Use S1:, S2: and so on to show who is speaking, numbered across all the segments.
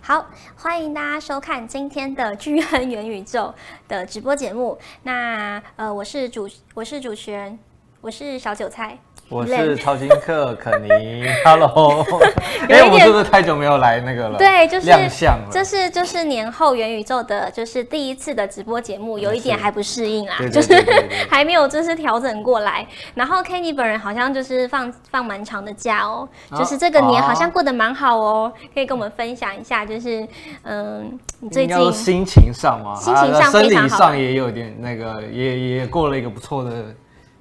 S1: 好，欢迎大家收看今天的巨亨元宇宙的直播节目。那呃，我是主我是主持人，我是小韭菜。
S2: 我
S1: 累
S2: 是曹新克肯尼，Hello。哎、
S1: 有一
S2: 我
S1: 点
S2: 是不是太久没有来那个了？
S1: 对，就是
S2: 亮相了。
S1: 这是就是年后元宇宙的，就是第一次的直播节目，有一点
S2: 是
S1: 还不适应啦，
S2: 对对
S1: 就是
S2: 对对对
S1: 还没有就是调整过来。然后 Kenny 本人好像就是放放蛮长的假哦，
S2: 啊
S1: 就是这个年好像
S2: 哦
S1: 过得蛮好哦，可以跟我们分享一下，就是嗯，你最
S2: 应
S1: 近
S2: 该说心情上嘛，
S1: 心情上
S2: 啊生
S1: 非常
S2: 理
S1: 好
S2: 上也有点那个，也也过了一个不错的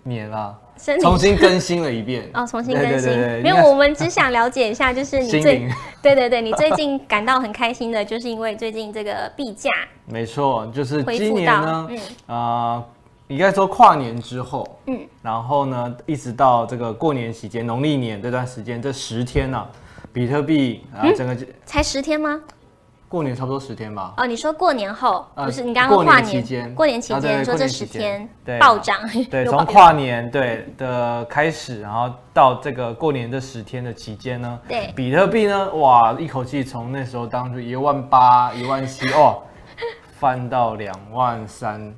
S2: 年啦，
S1: 身体
S2: 重新更新了一遍。
S1: 哦重新更
S2: 对对对
S1: 新，
S2: 对
S1: 没有
S2: 应，该
S1: 我们只想了解一下，就是你
S2: 心
S1: 最
S2: 灵
S1: 对对对，你最近感到很开心的，就是因为最近这个币价
S2: 没错，就是
S1: 恢
S2: 今
S1: 复
S2: 年
S1: 到
S2: 呢，
S1: 嗯
S2: 呃，应该说跨年之后，
S1: 嗯
S2: 嗯，然后呢，一直到这个过年期间，农历年这段时间，这十天呢、啊，比特币啊、
S1: 嗯
S2: 整个
S1: 才十天吗？
S2: 过年差不多十天吧，
S1: 哦，你说过年后，
S2: 呃
S1: 不是你刚刚说跨
S2: 过年期间
S1: 过年期
S2: 啊对
S1: 间
S2: 对
S1: 说
S2: 过
S1: 这
S2: 年
S1: 十
S2: 期间
S1: 天
S2: 对啊
S1: 暴涨，
S2: 对，
S1: 有
S2: 从
S1: 暴
S2: 跨年对的开始，然后到这个过年这十天的期间呢，
S1: 对
S2: 比特币呢，哇，一口气从那时候当初一万八、一万七，哦，翻到两万三，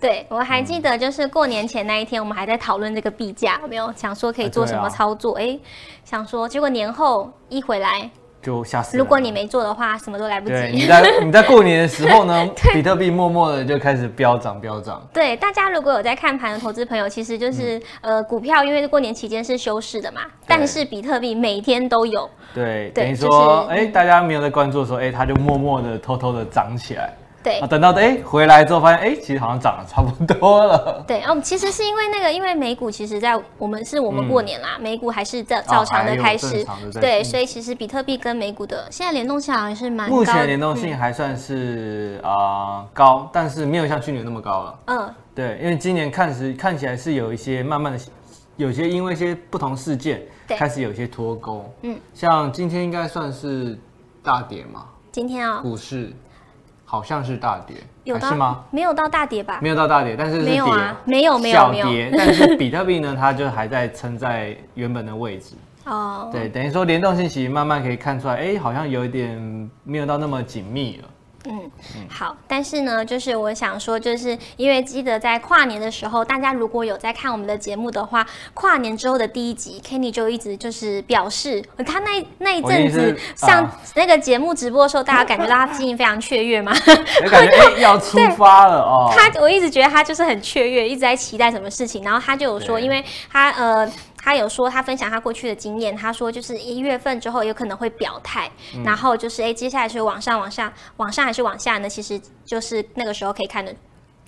S1: 对我还记得，就是过年前那一天，我们还在讨论这个币价，有没有想说可以
S2: 啊
S1: 做
S2: 对
S1: 什么
S2: 啊
S1: 操作？哎、想说，结果年后一回来，
S2: 就吓死人了。
S1: 如果你没做的话，什么都来不
S2: 啊对
S1: 及。
S2: 你在你在过年的时候 呢，比特币默默的就开始飙涨飙涨。
S1: 对，大家如果有在看盘的投资朋友，其实
S2: 嗯
S1: 就是、呃，股票因为过年期间是休市的嘛，但是比特币每天都有，
S2: 对，
S1: 对
S2: 等于
S1: 就是嗯
S2: 说，哎、大家没有在关注的时候，哎、它就默默的偷偷的涨起来。
S1: 对
S2: 啊，等到哎、回来之后，发现哎、其实好像涨得差不多了。
S1: 对，哦，其实是因为那个，因为美股其实在我们是我们过年啦，美股还是在照常的开
S2: 嗯啊还
S1: 始，
S2: 有正常的在
S1: 对，
S2: 嗯
S1: 所以其实比特币跟美股的现在联动性好像是蛮高
S2: 目
S1: 的，嗯
S2: 前联动性还算是啊、呃高，但是没有像去年那么高了。
S1: 嗯，嗯，
S2: 对，因为今年看时看起来是有一些慢慢的，有些因为一些不同事件
S1: 对
S2: 开始有一些脱钩。
S1: 嗯
S2: 嗯，像今天应该算是大跌嘛，
S1: 今天哦，
S2: 股市好像是大跌，
S1: 有
S2: 还
S1: 到
S2: 是吗？？
S1: 没有到大跌吧？
S2: 没有到大跌，但是是
S1: 没有
S2: 跌
S1: 啊没有没有
S2: 小
S1: 没有
S2: 跌，但是比特币呢，它就还在撑在原本的位置。
S1: 哦，
S2: 对，等于说联动性其实慢慢可以看出来，哎，好像有一点没有到那么紧密了。
S1: 嗯，好，但是呢，就是我想说，就是因为记得在跨年的时候，大家如果有在看我们的节目的话，跨年之后的第一集，Kenny 就一直就是表示，他那那一
S2: 我一
S1: 阵
S2: 定
S1: 子
S2: 是
S1: 上
S2: 啊
S1: 那个节目直播的时候，大家感觉到他心 情非常雀跃嘛。
S2: 我感觉哎要出发了哦。
S1: 他我一直觉得他就是很雀跃，一直在期待什么事情。然后他就有说，
S2: 对
S1: 因为他呃。他有说，他分享他过去的经验。他说，就是一月份之后有可能会表态，然后就是哎、接下来是往上、往上、往上还是往下呢？其实就是那个时候可以看的，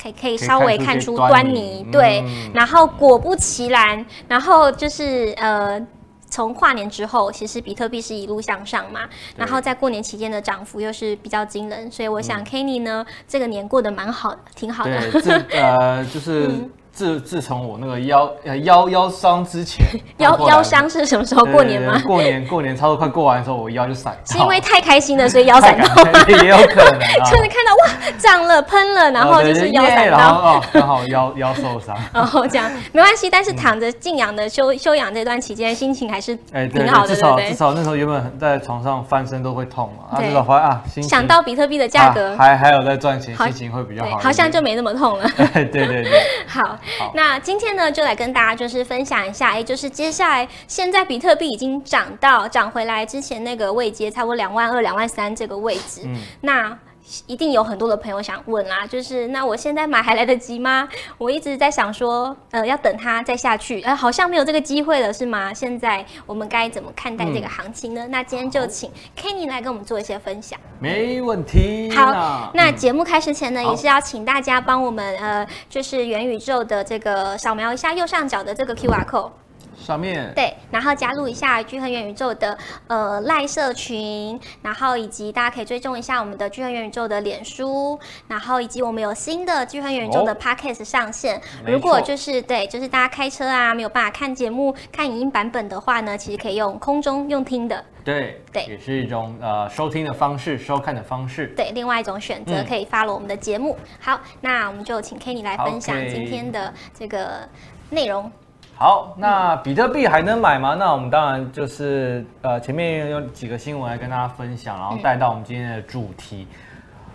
S1: 可以可以
S2: 可以
S1: 稍微看
S2: 看
S1: 出
S2: 出些
S1: 端
S2: 端
S1: 倪。
S2: 倪
S1: 对，
S2: 嗯
S1: 然后果不其然，然后就是呃，从跨年之后，其实比特币是一路向上嘛，然后在过年期间的涨幅又是比较惊人，所以我
S2: 嗯
S1: 想 Kenny 呢，这个年过得蛮好的，挺好的。
S2: 对，自呃就是
S1: 嗯
S2: 自自从我那个腰呃腰腰伤之前，
S1: 腰
S2: 到后来
S1: 腰伤是什么时候？
S2: 对
S1: 过年吗
S2: 对？过年过年差不多快过完的时候，我腰就闪到了，
S1: 是因为太开心了，所以腰闪
S2: 太
S1: 到，
S2: 感人也有可能啊 哦
S1: 就是看到哇涨了喷了，然后就是腰
S2: 对
S1: 闪
S2: 耶
S1: 到
S2: 然。后哦刚好腰腰受伤。
S1: 然后这样没关系，但
S2: 嗯
S1: 是躺着静养的休休养这段期间，心情还是
S2: 哎，对
S1: 挺好
S2: 对，
S1: 的，
S2: 至
S1: 对不
S2: 少至
S1: 对？
S2: 少那时候原本在床上翻身都会痛嘛，啊，
S1: 对
S2: 至少发现啊，心情
S1: 想到比特币的价格
S2: 啊，还还有在赚钱，
S1: 好
S2: 心情会比较
S1: 对
S2: 好一，点。
S1: 好像就没那么痛了。
S2: 对对对对，
S1: 好
S2: 好，
S1: 那今天呢，就来跟大家就是分享一下，哎，就是接下来现在比特币已经涨到涨回来之前那个位阶，差不多两万二、两万三这个位置，
S2: 嗯
S1: 那。一定有很多的朋友想问啦、就是那我现在买还来得及吗？我一直在想说，呃，要等它再下去，呃，好像没有这个机会了，是吗？现在我们该怎么看待这
S2: 嗯
S1: 个行情呢？那今天就请 Kenny 来跟我们做一些分享。
S2: 没问题。嗯
S1: 好，那节目开始前呢，
S2: 好
S1: 也是要请大家帮我们呃，就是元宇宙的这个扫描一下右上角的这个 QR code，
S2: 嗯上面
S1: 对，然后加入一下聚恒元宇宙的呃赖社群，然后以及大家可以追踪一下我们的聚恒元宇宙的脸书，然后以及我们有新的聚恒元宇宙的
S2: 哦
S1: Podcast 上线。
S2: 没
S1: 如果
S2: 错
S1: 就是对，就是大家开车啊没有办法看节目、看影音版本的话呢，其实可以用空中用听的。
S2: 对
S1: 对
S2: 也是一种呃收听的方式，收看的方式。
S1: 对，另外一种选择
S2: 嗯
S1: 可以 follow 我们的节目。好，那我们就请 Kenny 来分享
S2: OK
S1: 今天的这个内容。
S2: 好，那比特币还能买吗？那我们当然就是呃，前面有几个新闻来跟大家分享，然后带到我们今天的主题。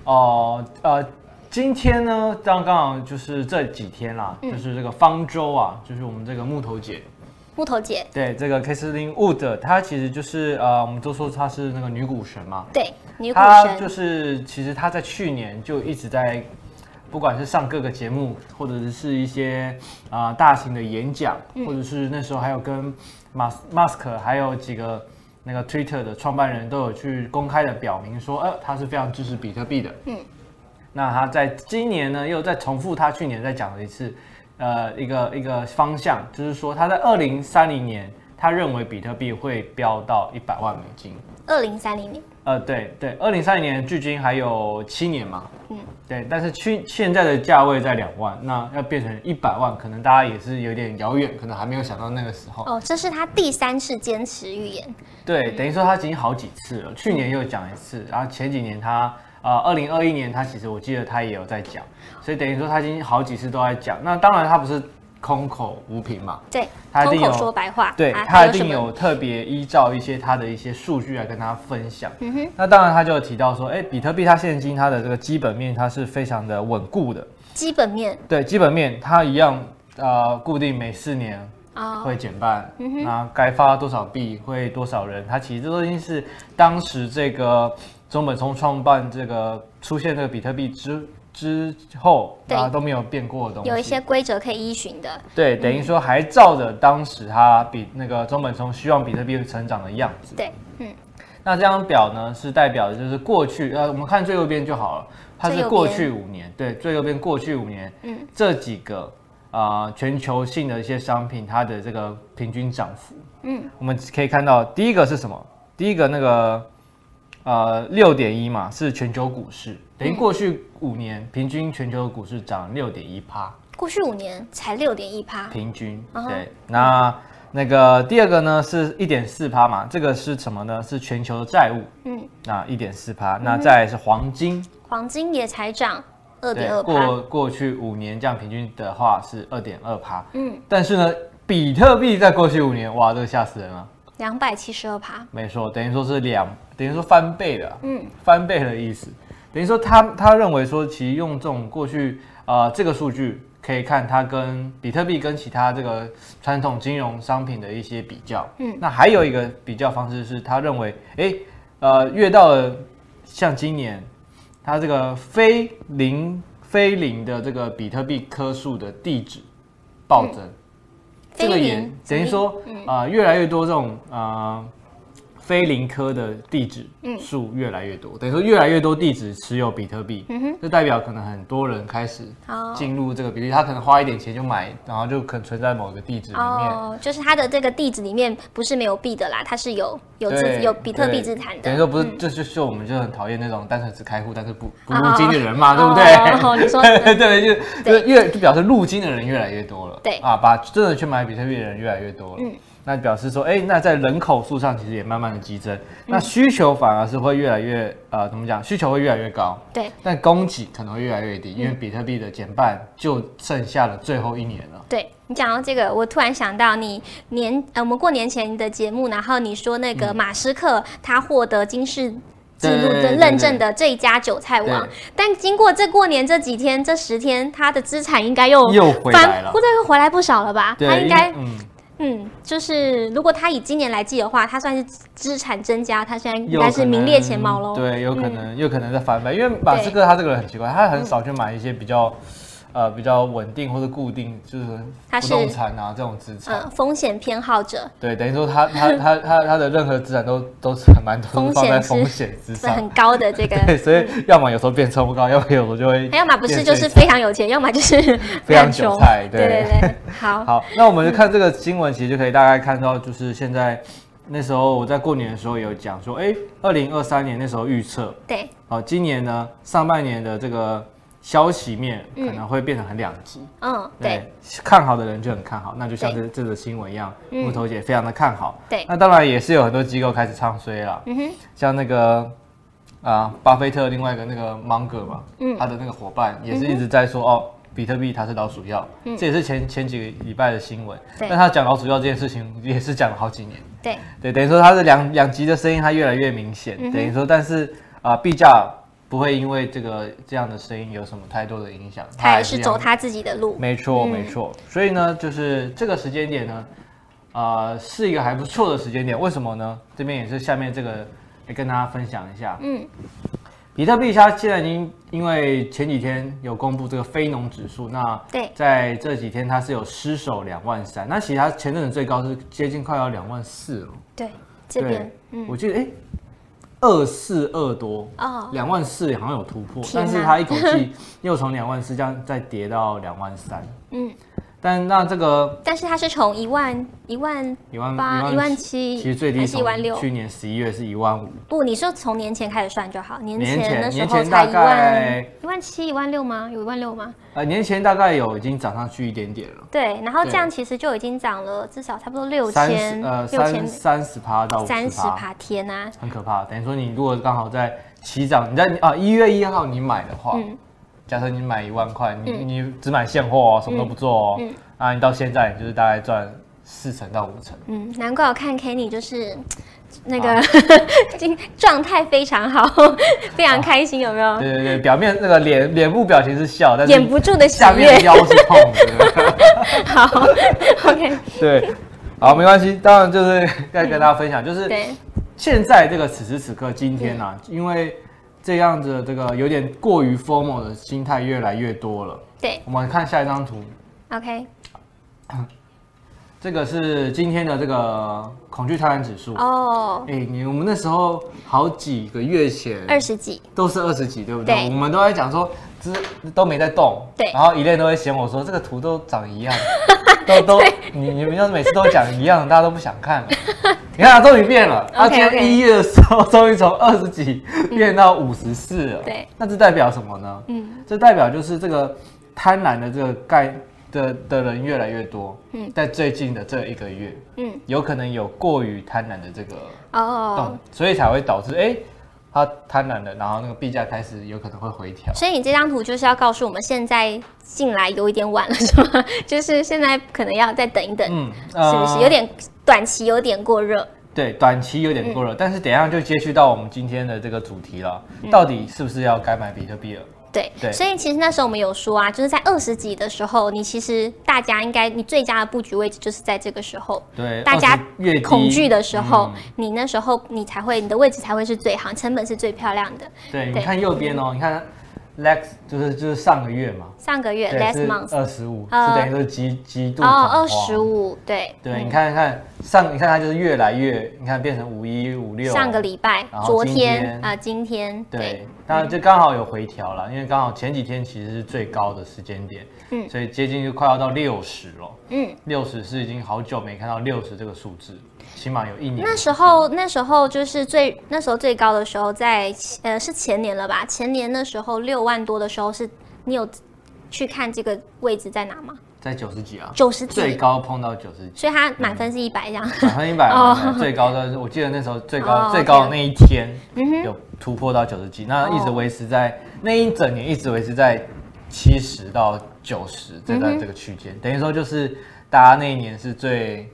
S2: 哦、呃，今天呢，刚刚好就是这几天啦，就是这个方舟啊，就是我们这个木头姐，
S1: 木头姐，
S2: 对这个 k a t h l e e n Wood，她其实就是呃，我们都说她是那个女股神嘛，
S1: 对，女股
S2: 她
S1: 神，
S2: 就是其实她在去年就一直在，不管是上各个节目，或者是一些啊、呃大型的演讲，
S1: 嗯
S2: 或者是那时候还有跟马斯马斯克还有几个那个 Twitter 的创办人都有去公开的表明说，呃，他是非常支持比特币的。
S1: 嗯
S2: 嗯，那他在今年呢，又再重复他去年再讲了一次，呃，一个一个方向，就是说他在二零三零年，他认为比特币会飙到一百万美金。
S1: 二零三零年，
S2: 呃，对对，二零三零年距今还有七年嘛，嗯，对，但是去现在的价位在两万，那要变成一百万，可能大家也是有点遥远，可能还没有想到那个时候。
S1: 哦，这是她第三次坚持预言，
S2: 对，等于说他已经好几次了，去年又讲一次，然后前几年他呃，二零二一年他其实我记得他也有在讲，所以等于说他已经好几次都在讲。那当然他不是空口无凭嘛，
S1: 对，
S2: 她一
S1: 空
S2: 定
S1: 口
S2: 有
S1: 说白话，
S2: 对
S1: 啊
S2: 他一
S1: 什
S2: 定
S1: 么
S2: 有特别依照一些他的一些数据来跟大家分享。
S1: 嗯哼
S2: 那当然他就有提到说，哎，比特币它现今它的这个基本面它是非常的稳固的，
S1: 基本面
S2: 对，基本面它一样呃固定每四年
S1: 啊，
S2: 会减半，那该发多少币会多少人，它其实这都已经是当时这个中本聪创办这个出现这个比特币之之后
S1: 对
S2: 啊都没有变过的东西，
S1: 有一些规则可以依循的，
S2: 对，等于说还照着当时他比那个中本聪希望比特币成长的样子。
S1: 对，嗯，
S2: 那这张表呢，是代表的就是过去，呃，我们看最右边就好了，它
S1: 最
S2: 是
S1: 右边
S2: 过去五年，对，最右边过去五年，
S1: 嗯
S2: 嗯，这几个啊、呃全球性的一些商品，它的这个平均涨幅，
S1: 嗯
S2: 嗯，我们可以看到第一个是什么？第一个那个呃六点一嘛，是全球股市，等于过去五年、平均全球股市涨六点一趴，
S1: 过去五年才六点一趴，
S2: 平均
S1: 嗯哼
S2: 对。那那个第二个呢是一点四趴嘛，这个是什么呢？是全球的债务，
S1: 嗯
S2: 嗯，那一点四趴，那再来是黄金，
S1: 黄金也才涨二点二趴，
S2: 过过去五年这样平均的话是二点二趴，
S1: 嗯，
S2: 但是呢，比特币在过去五年，哇，这个吓死人了，
S1: 两百七十二趴，
S2: 没错，等于说是两，等于说翻倍了，
S1: 嗯
S2: 嗯，翻倍的意思，等于说他他认为说，其实用这种过去呃这个数据可以看它跟比特币跟其他这个传统金融商品的一些比较，
S1: 嗯
S2: 嗯，那还有一个比较方式是，他认为，诶，呃，越到了像今年，它这个非零非零的这个比特币颗数的地址暴增。这
S1: 嗯
S2: 个
S1: 非
S2: 也
S1: 零
S2: 等于说，啊，
S1: 嗯
S2: 越来越多这种啊非零科的地址数越来越多，等于说越来越多地址持有比特币，
S1: 嗯嗯哼
S2: 这代表可能很多人开始
S1: 哦
S2: 进入这个比特币，他可能花一点钱就买，然后就可能存在某个地址里面。
S1: 哦，就是它的这个地址里面不是没有币的啦，它是有有资
S2: 对
S1: 有比特币
S2: 对
S1: 资产
S2: 等
S1: 的。嗯
S2: 于说不是，这就就我们就很讨厌那种单纯只开户但是不不
S1: 哦
S2: 入金的人嘛，
S1: 哦
S2: 对不
S1: 哦
S2: 对？
S1: 你说
S2: 对，就就越就表示入金的人越来越多了，
S1: 对
S2: 啊，把真的去买比特币的人越来越多了，
S1: 嗯
S2: 那表示说，哎、那在人口数上其实也慢慢的激
S1: 嗯
S2: 增，那需求反而是会越来越呃怎么讲，需求会越来越高，
S1: 对
S2: 但供给可能会越来越低，
S1: 嗯
S2: 因为比特币的减半就剩下了最后一年了。
S1: 对，你讲到这个，我突然想到你年呃，我们过年前的节目，然后你说那
S2: 嗯
S1: 个马斯克他获得金氏。记录
S2: 对对
S1: 的
S2: 对
S1: 认证的最佳韭菜王
S2: 对，
S1: 但经过这过年这几天这十天，他的资产应该又
S2: 又
S1: 哦
S2: 回
S1: 翻
S2: 来了
S1: 或者又回来不少了吧？他应该
S2: 因为嗯，
S1: 嗯，就是如果他以今年来计的话，他算是资产增加，他现在应该
S2: 有可
S1: 是
S2: 能
S1: 名列前茅嗯喽。
S2: 对，有可能，有可能在翻倍，因为马斯克他这个人很奇怪，他
S1: 嗯
S2: 很少去买一些比较。呃，比较稳定或者固定，就是
S1: 他
S2: 不
S1: 是
S2: 动产啊这种资产，
S1: 嗯，风险偏好者
S2: 对，等于说他 他他他他的任何资产都都是很蛮多
S1: 风
S2: 都放
S1: 险
S2: 在风
S1: 之
S2: 险之
S1: 是
S2: 上
S1: 很，嗯高的
S2: ，
S1: 这个
S2: 对，所以要么有时候变抽不高，要么有时候就会
S1: 他要么不是
S2: 变
S1: 就是
S2: 废
S1: 非常有钱，要么就是
S2: 非常韭菜
S1: 对
S2: 对
S1: 对对，好，
S2: 好，那我们就看这个新闻，其实就可以大概看到，就是现在那时候我在过年的时候有讲说，哎，二零二三年那时候预测，
S1: 对，
S2: 哦，今年呢上半年的这个消息面可能会变得很两极。
S1: 嗯，对，，
S2: 看好的人就很看好，那就像这这则新闻一样，木头姐非常的看好。
S1: 嗯对
S2: 那当然也是有很多机构开始唱衰了，
S1: 嗯哼，
S2: 像那个啊，巴菲特另外一个那个芒格嘛，
S1: 嗯
S2: 他的那个伙伴也是一直在说、哦，比特币它是老鼠药，
S1: 嗯
S2: 这也是前前几个礼拜的新闻。
S1: 对
S2: 但他讲老鼠药这件事情也是讲了好几年，
S1: 对，
S2: 对，等于说它的两两极的声音它越来越明显，
S1: 嗯哼
S2: 等于说，但是啊、呃币价不会因为这个这样的声音有什么太多的影响，
S1: 他还是
S2: 一样
S1: 走他自己的路。
S2: 没错，
S1: 嗯
S2: 没错。所以呢，就是这个时间点呢，呃，是一个还不错的时间点。为什么呢？这边也是下面这个来跟大家分享一下。
S1: 嗯，
S2: 比特币它现在已经因为前几天有公布这个非农指数，那
S1: 对，
S2: 在这几天它是有失守两万三，那其实它前阵子最高是接近快要两万四了。
S1: 对，这边，嗯，
S2: 我记得哎，二四二多，
S1: 哦，
S2: 两万四好像有突破，
S1: 天
S2: 但
S1: 哪
S2: 是它一口 气又从两万四这样再跌到两万三。
S1: 嗯，
S2: 但那这个
S1: 但是他是从一万、一万
S2: 一万
S1: 八、一万，七，
S2: 其实最低
S1: 还是一万
S2: 从
S1: 六？
S2: 去年十一月是一万五，
S1: 不，你说从年前开始算就好，年
S2: 年
S1: 前
S2: 前
S1: 的时
S2: 年
S1: 候
S2: 前
S1: 才
S2: 大
S1: 一
S2: 概
S1: 万、一万七、一万六吗？有一万六吗？
S2: 呃，年前大概有已经涨上去一点点了，
S1: 对，然后这
S2: 对
S1: 样其实就已经涨了至少差不多六
S2: 三
S1: 千
S2: 十呃、
S1: 六千
S2: 三三十趴到五
S1: 三十
S2: 十趴，
S1: 趴天啊！
S2: 很可怕。等于说你如果刚好在起涨，你在啊一月一号你买的话，
S1: 嗯
S2: 假设你买一万块，你、你只买现货哦，什么都不做哦，
S1: 嗯嗯
S2: 啊，你到现在你就是大概赚四成到五成。
S1: 嗯，难怪我看 Kenny 就是那
S2: 啊
S1: 个 今状态非常好， 非常开心，有没有？
S2: 对对对，表面那个脸脸部表情是笑，但是
S1: 掩不住的喜
S2: 下面
S1: 悦
S2: 的。腰是痛的。
S1: 好 ，OK，
S2: 对，好，没关系。当然就是该跟大家分享，就是
S1: 对，嗯
S2: 现在这个此时此刻今天啊，因为这样子的这个有点过于 formal 的心态越来越多了。
S1: 对
S2: 我们看下一张图，
S1: ，OK，
S2: 这个是今天的这个恐惧贪婪指数。
S1: 哦，
S2: 哎，你我们那时候好几个月前，
S1: 二十几，
S2: 都是二十几，对不对？
S1: 对
S2: 我们都在讲说，这都没在动。
S1: 对
S2: 然后一类都会嫌我说这个图都长一 样，都都你你们要是每次都讲一样，大家都不想 看了。你看它终于变了，它今
S1: OK，OK
S2: 天一月的时候终于从二十几变到五十四了。
S1: 嗯对，
S2: 那这代表什么呢？
S1: 嗯
S2: 这代表就是这个贪婪的这个概的的人越来越多。
S1: 嗯
S2: 在最近的这一个月，
S1: 嗯，
S2: 有可能有过于贪婪的这个
S1: 哦
S2: 动，，所以才会导致哎、诶它贪婪了，然后那个币价开始有可能会回调。
S1: 所以你这张图就是要告诉我们，现在进来有一点晚了，是吗？ 就是现在可能要再等一等，
S2: 嗯，
S1: 是不是？有点短期有点过热，
S2: 对，短期有点过
S1: 嗯
S2: 热，但是等一下就接续到我们今天的这个主题了，到底是不是要该买比特币了？
S1: 对，
S2: 对
S1: 所以其实那时候我们有说啊，就是在二十几的时候，你其实大家应该你最佳的布局位置就是在这个时候，
S2: 对，
S1: 大家
S2: 20越低
S1: 恐惧的时候
S2: 嗯，
S1: 你那时候你才会你的位置才会是最好，成本是最漂亮的。
S2: 对，
S1: 对
S2: 你看右边哦，你看 Lex 就是就是上个月嘛，
S1: 上个月
S2: 对
S1: last
S2: 是
S1: month
S2: 二十五，是
S1: 呃
S2: 等于说极极度
S1: 哦，
S2: 恐
S1: 二
S2: 慌
S1: 十。五对，
S2: 对，
S1: 嗯
S2: 你看看上，你看它就是越来越，你看变成五一五六，啊
S1: 上个礼拜
S2: 然后
S1: 昨
S2: 今
S1: 天
S2: 天
S1: 啊、今天
S2: 对，当然这刚好有回调了，因为刚好前几天其实是最高的时间点，
S1: 嗯
S2: 所以接近就快要到六十了。
S1: 嗯。
S2: 六十是已经好久没看到六十这个数字，起码有一年。
S1: 那时候，那时候就是最那时候最高的时候在，呃是前年了吧？前年那时候六万多的时候是，你有去看这个位置在哪吗？
S2: 在九十几啊，
S1: 九十
S2: 最
S1: 几，
S2: 高碰到九十几，
S1: 所以它满分是一百这样。
S2: 满分一百
S1: 哦
S2: 嘛，最高的我记得那时候最
S1: 哦嗯
S2: 高最高的那一天有突破到九十几，
S1: 哦
S2: 那一直维持在那一整年一直维持在七十到九十这
S1: 嗯哼
S2: 段这个区间，等于说就是大家那一年是最。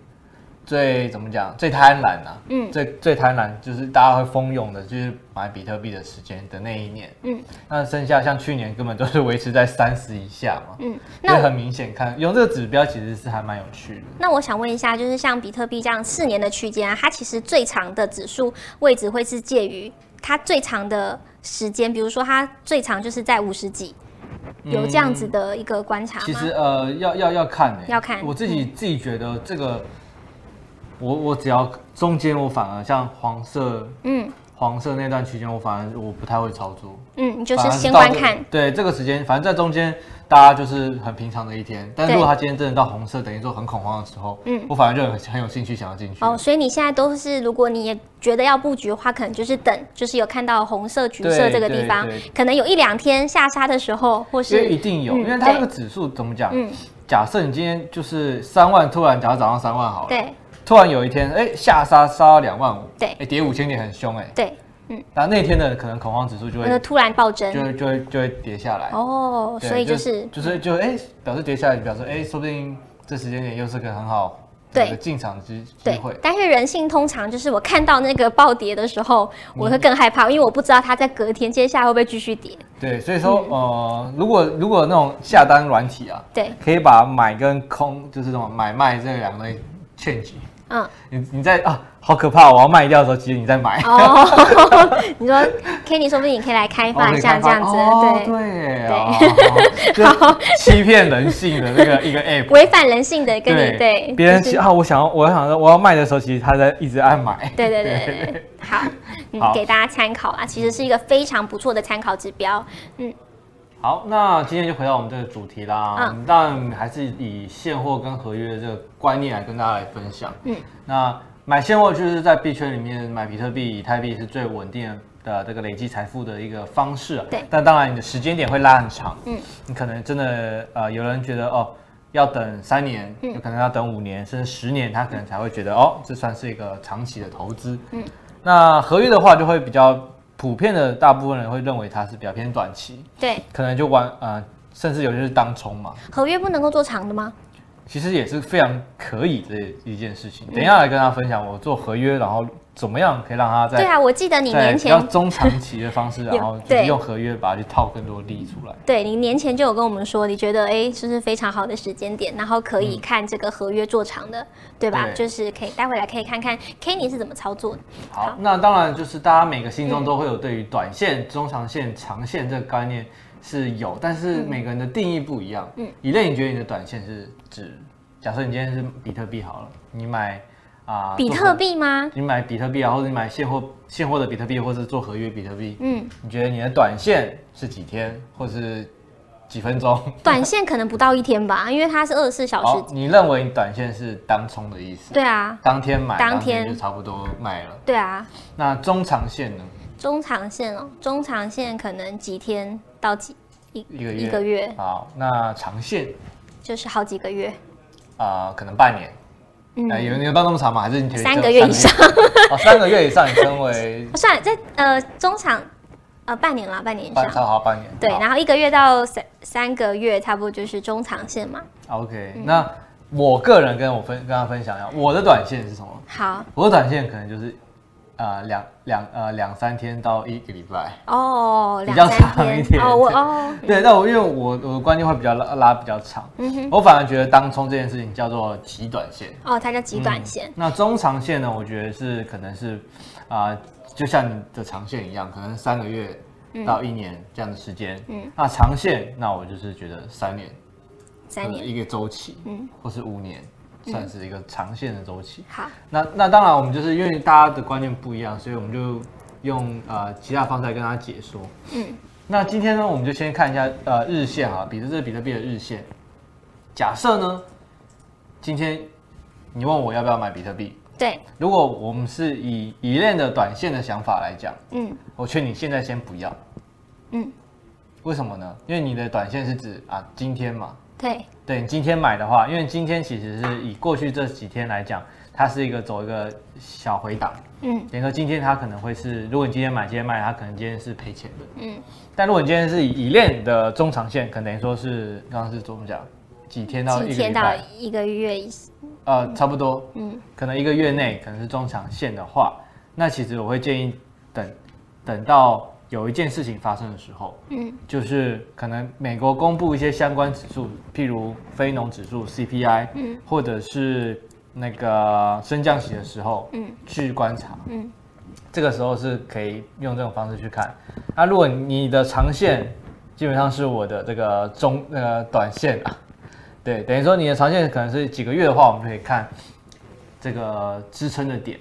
S2: 最怎么讲？最贪婪啊，
S1: 嗯
S2: 最最贪婪就是大家会蜂拥的，就是买比特币的时间的那一年，
S1: 嗯
S2: 那剩下像去年根本都是维持在三十以下嘛，
S1: 嗯，
S2: 那
S1: 那
S2: 很明显看用这个指标其实是还蛮有趣的。
S1: 那我想问一下，就是像比特币这样四年的区间啊，它其实最长的指数位置会是介于它最长的时间，比如说它最长就是在五十几，有这样子的一个观察吗？
S2: 嗯其实呃，要要要看呢、
S1: 要看嗯
S2: 我自己自己觉得这个，我我只要中间我反而像黄色
S1: 嗯
S2: 黄色那段区间，我反而我不太会操作，
S1: 嗯，就是
S2: 反而
S1: 先
S2: 到
S1: 观
S2: 这
S1: 看，。
S2: 对这个时间，反正在中间大家就是很平常的一天，但
S1: 对
S2: 如果他今天真的到红色，等于说很恐慌的时候，
S1: 嗯
S2: 我反而就很很有兴趣想要进去。
S1: 哦，所以你现在都是，如果你也觉得要布局的话，可能就是等，就是有看到红色、橘色
S2: 对
S1: 这个地
S2: 对
S1: 方
S2: 对，
S1: 可能有一两天下杀的时候，或
S2: 因为
S1: 是
S2: 一定有，
S1: 嗯
S2: 因为它
S1: 对
S2: 这个指数怎么讲？
S1: 嗯
S2: 假设你今天就是三万，突然假如涨到三万好了，
S1: 对
S2: 突然有一天，哎、下杀杀到两万五，
S1: 对
S2: 哎、跌五千点很凶哎、
S1: 对
S2: 嗯，那那天的可能恐慌指数就
S1: 呃，
S2: 会
S1: 突然暴增
S2: 就会就会就会跌下来。
S1: 哦，
S2: 对
S1: 所以就是
S2: 就是就哎、表示跌下来，表示哎、说不定这时间点又是个很好
S1: 对
S2: 的进场机机
S1: 对
S2: 会，。
S1: 但是人性通常就是我看到那个暴跌的时候，
S2: 嗯
S1: 我会更害怕，因为我不知道它在隔天接下来会不会继续跌。
S2: 对，所以说
S1: 嗯
S2: 呃，如果如果那种下单软体啊，
S1: 对，
S2: 可以把买跟空，就是这种买卖这两个东西 change。
S1: 嗯，
S2: 你你在啊，好可怕！我要卖掉的时候，其实你在买。哦
S1: 哦，你说 Kenny，说不定你可以来开
S2: 哦
S1: 发
S2: 可
S1: 一
S2: 以
S1: 下
S2: 看
S1: 这
S2: 发
S1: 样子，
S2: 哦
S1: 对，
S2: 对哦， 对，就欺骗人性的那个一个 app。
S1: 违反人性的跟你对
S2: 别人
S1: 就
S2: 其
S1: 是
S2: 啊，我想要我想说我要卖的时候，其实他在一直按买。
S1: 对对对 对对，好，
S2: 好
S1: 嗯，给大家参考啊，其实是一个非常不错的参考指标。
S2: 好，那今天就回到我们这个主题啦。
S1: 嗯
S2: 但还是以现货跟合约的这个观念来跟大家来分享。
S1: 嗯，
S2: 那买现货就是在币圈里面买比特币、以太币是最稳定的这个累积财富的一个方式、啊。
S1: 对
S2: 但当然你的时间点会拉很长。
S1: 嗯，
S2: 你可能真的呃，有人觉得哦。要等三年，
S1: 嗯
S2: 有可能要等五年，甚至十年，他可能才会觉得哦，这算是一个长期的投资。嗯，那合约的话，就会比较普遍的，大部分人会认为它是比较偏短期。
S1: 对，
S2: 可能就玩呃，甚至有些是当冲嘛，
S1: 合约不能够做长的吗？
S2: 其实也是非常可以的一件事情。等一下来跟大家分享我做合约，然后怎么样可以让它
S1: 对
S2: 在
S1: 啊，我记得你
S2: 在
S1: 年
S2: 比较
S1: 前，
S2: 中长期的方式，
S1: 有
S2: 然后就是
S1: 对
S2: 用合约把它去套更多利出来。
S1: 对你年前就有跟我们说，你觉得哎，这是非常好的时间点，然后可以看这个合约做长的，对吧？
S2: 对
S1: 就是可以带回来可以看看 Kenny 是怎么操作的。
S2: 好
S1: 好，
S2: 那当然就是大家每个心中都会有对于短线、中长线、长线这个概念是有，但是
S1: 嗯
S2: 每个人的定义不一样。嗯，以类，你觉得你的短线是指，假设你今天是比特币好了，你买啊、
S1: 比
S2: 做
S1: 特币吗？
S2: 你买比特币啊，或者你买现货现货的比特币，或者做合约比特币，
S1: 嗯，
S2: 你觉得你的短线是几天，或是几分钟？
S1: 短线可能不到一天吧，因为它是二十四小时
S2: 好，。你认为你短线是当冲的意思，
S1: 对啊，
S2: 当天买，
S1: 当
S2: 当天
S1: 天
S2: 就差不多卖了。
S1: 对啊，
S2: 那中长线呢？
S1: 中长线哦，中长线可能几天到几一
S2: 一个月
S1: 一个月，
S2: 好，那长线
S1: 就是好几个月。
S2: 啊、可能半年。
S1: 嗯
S2: 哎、有人有到那么长吗？还是你觉得
S1: 三
S2: 只有
S1: 个月以上？
S2: 哦，三个月以上，你 称为
S1: 算了，在呃中场呃半年啦，半年以
S2: 半
S1: 上。
S2: 超好半年。
S1: 对，
S2: 好
S1: 然后一个月到三三个月，差不多就是中长线嘛。
S2: OK，、那
S1: 嗯
S2: 我个人跟我分跟他分享一下，我的短线是什么？
S1: 好
S2: 我的短线可能就是呃两两呃两三天到一个礼拜。
S1: 哦，
S2: 比
S1: 两
S2: 较
S1: 三
S2: 长一
S1: 天
S2: 点
S1: 哦，我
S2: 对
S1: 哦，
S2: 对，那我因为我我的观念会比较拉拉比较长，
S1: 嗯哼，
S2: 我反而觉得当冲这件事情叫做极短线。
S1: 哦，它叫极短线。
S2: 那中长线呢？我觉得是可能是啊、就像你的长线一样，可能三个月到一年这样的时间。嗯，那长线，那我就是觉得三年，
S1: 三
S2: 就是
S1: 年。
S2: 一个周期，嗯，或是五年，算是一个长线的周期。
S1: 好，
S2: 那那当然，我们就是因为大家的观念不一样，所以我们就用呃其他方式来跟大家解说。
S1: 嗯，
S2: 那今天呢，我们就先看一下呃日线哈，比特这是比特币的日线。假设呢，今天你问我要不要买比特币，
S1: 对，
S2: 如果我们是以以链的短线的想法来讲，
S1: 嗯
S2: 我劝你现在先不要。
S1: 嗯，
S2: 为什么呢？因为你的短线是指啊今天嘛，
S1: 对，
S2: 对你今天买的话，因为今天其实是以过去这几天来讲，它是一个走一个小回档，
S1: 嗯
S2: 等于说今天它可能会是，如果你今天买今天卖，它可能今天是赔钱的。
S1: 嗯
S2: 但如果你今天是以以链的中长线，可能等于说是刚刚是怎么讲，几天到
S1: 几
S2: 一个
S1: 天
S2: 礼
S1: 到
S2: 拜，
S1: 一个月以
S2: 呃，差不多，
S1: 嗯
S2: 可能一个月内可能是中长线的话，那其实我会建议等等到有一件事情发生的时候，
S1: 嗯
S2: 就是可能美国公布一些相关指数，譬如非农指数 CPI，
S1: 嗯
S2: 或者是那个升降息的时候，
S1: 嗯
S2: 去观察，
S1: 嗯
S2: 这个时候是可以用这种方式去看。那、如果你的长线基本上是我的这个中呃短线啊，对，等于说你的长线可能是几个月的话，我们就可以看这个支撑的点。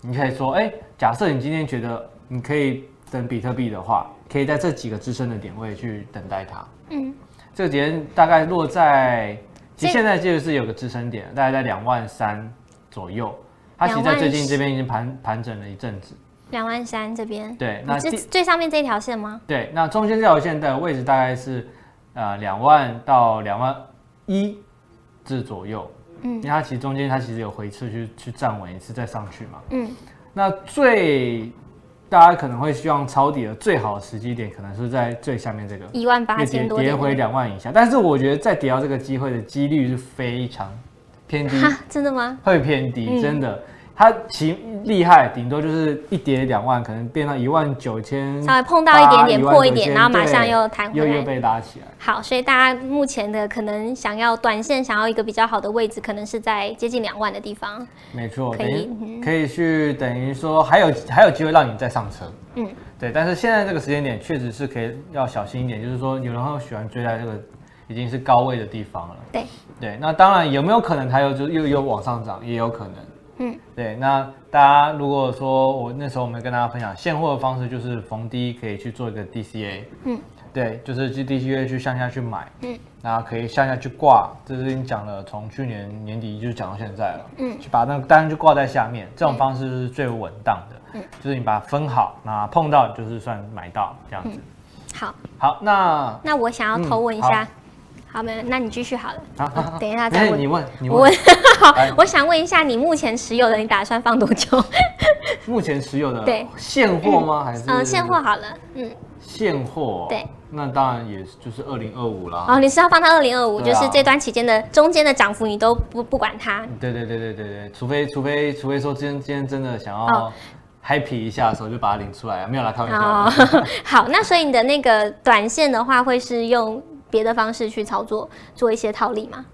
S2: 你可以说，哎，假设你今天觉得你可以等比特币的话，可以在这几个支撑的点位去等待它。
S1: 嗯，
S2: 这个点大概落在，其
S1: 这
S2: 实现在就是有个支撑点，大概在两万三左右。它其实在最近这边已经盘盘整了一阵子。
S1: 两万三这边。
S2: 对，
S1: 你
S2: 那
S1: 这
S2: 第
S1: 最上面这条线吗？
S2: 对那中间这条线的位置大概是呃两万到两万一至左右。
S1: 嗯
S2: 因为它其实中间它其实有回撤去去站稳一次再上去嘛。
S1: 嗯
S2: 那最大家可能会希望抄底的最好的时机点，可能是在最下面这个，
S1: 一万八
S2: 越跌
S1: 千多
S2: 跌
S1: 点
S2: 回两万以下。但是我觉得再跌到这个机会的几率是非常 偏低，
S1: 哈，真的吗？
S2: 会偏
S1: 嗯
S2: 低，真的。它其厉害，顶多就是一跌两万，可能变到一万九千，
S1: 稍微碰到一点点
S2: 19,000
S1: 破一点然后马
S2: 对
S1: 上又弹回
S2: 又
S1: 来
S2: 又被拉起来。
S1: 好，所以大家目前的可能想要短线想要一个比较好的位置，可能是在接近两万的地方。
S2: 没错，
S1: 可
S2: 等
S1: 以嗯
S2: 于可以去等于说还有还有机会让你再上车，
S1: 嗯，
S2: 对。但是现在这个时间点确实是可以要小心一点，就是说有人会喜欢追在这个已经是高位的地方了，
S1: 对，
S2: 对。那当然有没有可能它又就又又往上涨，也有可能，
S1: 嗯，
S2: 对。那大家如果说我那时候我们跟大家分享现货的方式，就是逢低可以去做一个 DCA，
S1: 嗯，
S2: 对，就是去 DCA 去向下去买，
S1: 嗯，
S2: 然后可以向下去挂，这是已经讲了，从去年年底就讲到现在了，
S1: 嗯，
S2: 去把那个单就挂在下面，这种方式是最稳当的，
S1: 嗯，
S2: 就是你把它分好，那碰到就是算买到这样子。
S1: 嗯好，
S2: 好，那
S1: 那我想要投问一
S2: 嗯
S1: 下，好没有？那你继续好了。
S2: 好好好
S1: 等一下
S2: 没
S1: 再
S2: 事
S1: 问
S2: 哎你问，你
S1: 我
S2: 问哎
S1: 问，， 好
S2: 来，
S1: 我想问一下，你目前持有的，你打算放多久？
S2: 目前持有的
S1: 对
S2: 现货吗？还是
S1: 嗯，现货好了，嗯，
S2: 现货，
S1: 对，
S2: 那当然也就是二零二五啦。
S1: 哦，你是要放到二零二五，
S2: 对
S1: 就
S2: 啊
S1: 是这段期间的中间的涨幅你都不不管它。
S2: 对对对对对对，除非除非除非说今天今天真的想要
S1: 哦
S2: happy 一下的时候，就把它领出来，啊没有啦，开玩
S1: 哦
S2: 笑。，
S1: 好，那所以你的那个短线的话，会是用别的方式去操作，做一些套利吗？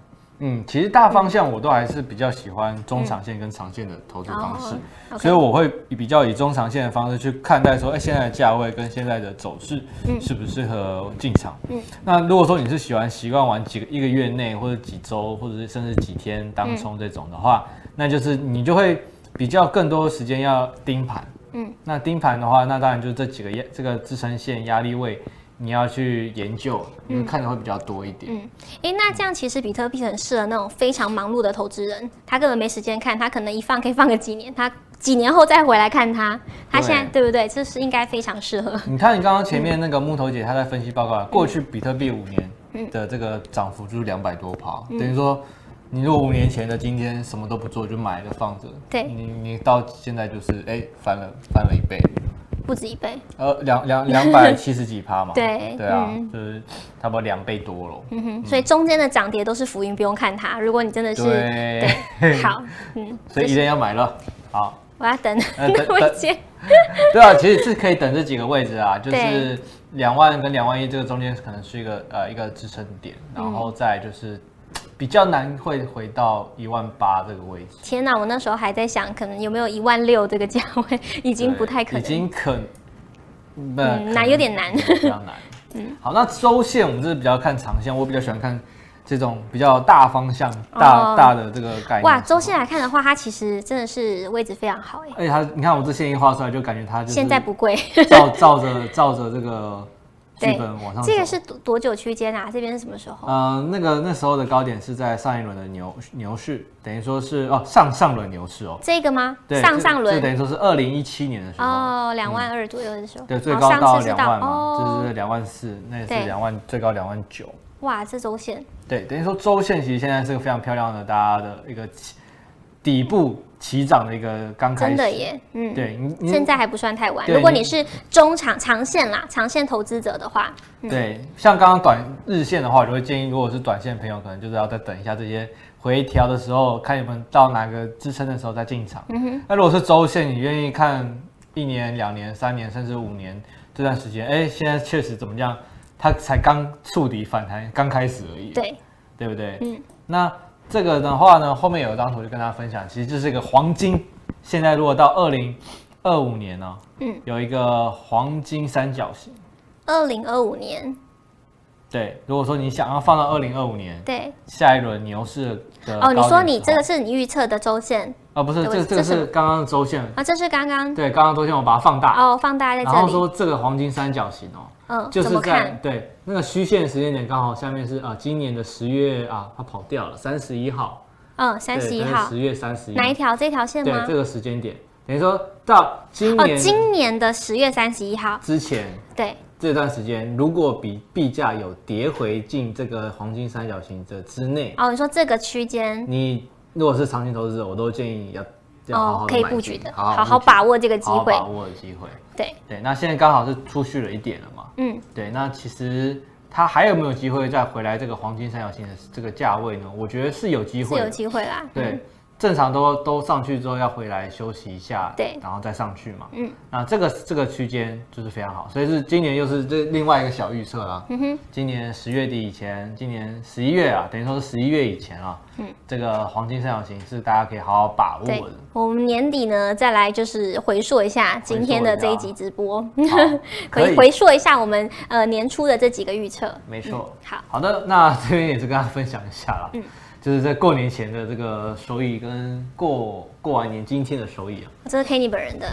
S2: 嗯，其实大方向我都还是比较喜欢中长线跟长线的投资方式，
S1: 哦，OK
S2: 所以我会比较以中长线的方式去看待说，哎，现在的价位跟现在的走势适不适合进场。嗯
S1: 嗯，
S2: 那如果说你是喜欢习惯玩几个一个月内或者几周，或者是甚至几天当冲这种的话，
S1: 嗯
S2: 那就是你就会比较更多时间要盯盘。
S1: 嗯，
S2: 那盯盘的话，那当然就是这几个压这个支撑线压力位，你要去研究，你会看的会比较多一点。
S1: 嗯，诶，那这样其实比特币很适合那种非常忙碌的投资人，他根本没时间看，他可能一放可以放个几年，他几年后再回来看它，他现在对不对？这是应该非常适合。
S2: 你看，你刚刚前面那个木头姐她在分析报告，啊
S1: 嗯
S2: 过去比特币五年的这个涨幅就是两百多趴，
S1: 嗯
S2: 等于说，你如果五年前的今天什么都不做就买了放着，
S1: 对
S2: 你你到现在就是哎、翻了翻了一倍，
S1: 不止一倍。
S2: 呃两两两百七十几趴嘛，
S1: 对
S2: 对啊，
S1: 嗯
S2: 就是差不多两倍多了，
S1: 嗯哼，所以中间的涨跌都是浮云，不用看它。如果你真的是
S2: 对，
S1: 好，嗯，
S2: 所以一定要买了，好。
S1: 我要等
S2: 呃等
S1: 我
S2: 等
S1: 接。
S2: 对啊，其实是可以等这几个位置啊，就是
S1: 对
S2: 两万跟两万一这个中间可能是一个呃一个支撑点，然后
S1: 嗯
S2: 再就是比较难会回到一万八这个位置，
S1: 天哪，我那时候还在想，可能有没有一万六这个价位， 已经不太可
S2: 对
S1: 能。
S2: 已经可嗯
S1: 嗯
S2: 可能
S1: 难有点难
S2: 对比较难。嗯，好，那周线我们是比较看长线，我比较喜欢看这种比较大方向、大
S1: 哦
S2: 大的这个概念。
S1: 哇，周线，来看的话，它其实真的是位置非常好哎、
S2: 而且它，你看我这线一画出来，就感觉它就是
S1: 现在不贵。
S2: 照照着照着这个剧
S1: 对
S2: 本往上 走。
S1: 这个是多多久区间啊？这边是什么时候？
S2: 呃，那个那时候的高点是在上一轮的牛牛市，等于说是哦上上轮牛市哦，
S1: 这个吗？
S2: 对，
S1: 上
S2: 就
S1: 上
S2: 就
S1: 轮
S2: 等于说是二零一七年的时候，
S1: 哦，两万二左右的时候。
S2: 嗯对，最
S1: 哦
S2: 高到
S1: 上次是
S2: 两万嘛，这、
S1: 哦
S2: 是两万四，那也是
S1: 对
S2: 两万最高两万九，
S1: 哇，这周线
S2: 对，等于说周线其实现在是个非常漂亮的大家的一个起底部起涨的一个刚开
S1: 真
S2: 始，
S1: 的耶，嗯，
S2: 对你你
S1: 现在还不算太晚。
S2: 对
S1: 如果
S2: 你
S1: 你是中长长线啦，长线投资者的话，
S2: 对，像刚刚短日线的话，我就会建议，如果是短线的朋友，可能就是要再等一下这些回调的时候，看有没有到哪个支撑的时候再进场。
S1: 嗯
S2: 那如果是周线，你愿意看一年、两年、三年，甚至五年这段时间，哎，现在确实怎么样？它才刚触底反弹，刚开始而已，
S1: 对，
S2: 对不对？
S1: 嗯
S2: 那这个的话呢，后面有一张图就跟大家分享，其实就是一个黄金。现在如果到二零二五年呢、
S1: 嗯，
S2: 有一个黄金三角形。
S1: 二零二五年，
S2: 对，如果说你想要放到二零二五年
S1: 对，
S2: 下一轮牛市的
S1: 哦，你
S2: 呃高点的时候
S1: 说你这个是你预测的周线
S2: 啊、不是，
S1: 对
S2: 这个
S1: 这
S2: 这个
S1: 是什
S2: 是
S1: 么
S2: 刚刚的周线，
S1: 啊，这是刚刚
S2: 对，刚刚周线我把它放大，
S1: 哦，放大在
S2: 然
S1: 这
S2: 后
S1: 里，
S2: 说这个黄金三角形哦，
S1: 嗯，
S2: 就
S1: 怎
S2: 是
S1: 么
S2: 在
S1: 看？
S2: 对那个虚线时间点刚好下面是啊、今年的十月啊，它跑掉了，三十一号，
S1: 嗯，三十一号
S2: 十月三十一，
S1: 哪一条？这条线
S2: 对
S1: 吗
S2: 这？个时间点，等于说到今
S1: 哦，
S2: 年
S1: 今年的十月三十一号，
S2: 之前。
S1: 对，
S2: 这段时间，如果比币价有跌回进这个黄金三角形的之内，
S1: 哦，你说这个区间
S2: 你如果是长期投资者，我都建议要要好好
S1: 哦
S2: 地
S1: 可以
S2: 买
S1: 布
S2: 进
S1: 局的，
S2: 好
S1: 好
S2: 好
S1: 好
S2: 布局
S1: 把握这个机
S2: 好好
S1: 会
S2: 把。握的机会。
S1: 对，
S2: 对，那现在刚好是出去了一点了嘛，
S1: 嗯，
S2: 对，那其实它还有没有机会再回来这个黄金三角形的这个价位呢？我觉得是有机
S1: 是
S2: 会
S1: 有
S2: 的，
S1: 机会啦。嗯
S2: 对。正常都都上去之后要回来休息一下，
S1: 对
S2: 然后再上去嘛。
S1: 嗯，
S2: 那这个这个区间就是非常好，所以是今年又是这另外一个小预测啦。
S1: 嗯哼，
S2: 今年十月底以前，今年十一月啊，等于说是十一月以前啊，嗯，这个黄金三角形是大家可以好好把握
S1: 对
S2: 的。，
S1: 我们年底呢再来就是回溯一下今天的这一集直播，嗯
S2: 好
S1: 可
S2: 可
S1: 以
S2: 以
S1: 回溯一下我们呃年初的这几个预测。
S2: 没错、
S1: 好
S2: 好的，那这边也是跟大家分享一下啦，
S1: 嗯
S2: 就是在过年前的这个收益跟过过完年今天的收益啊，
S1: 这是 Kenny 本人的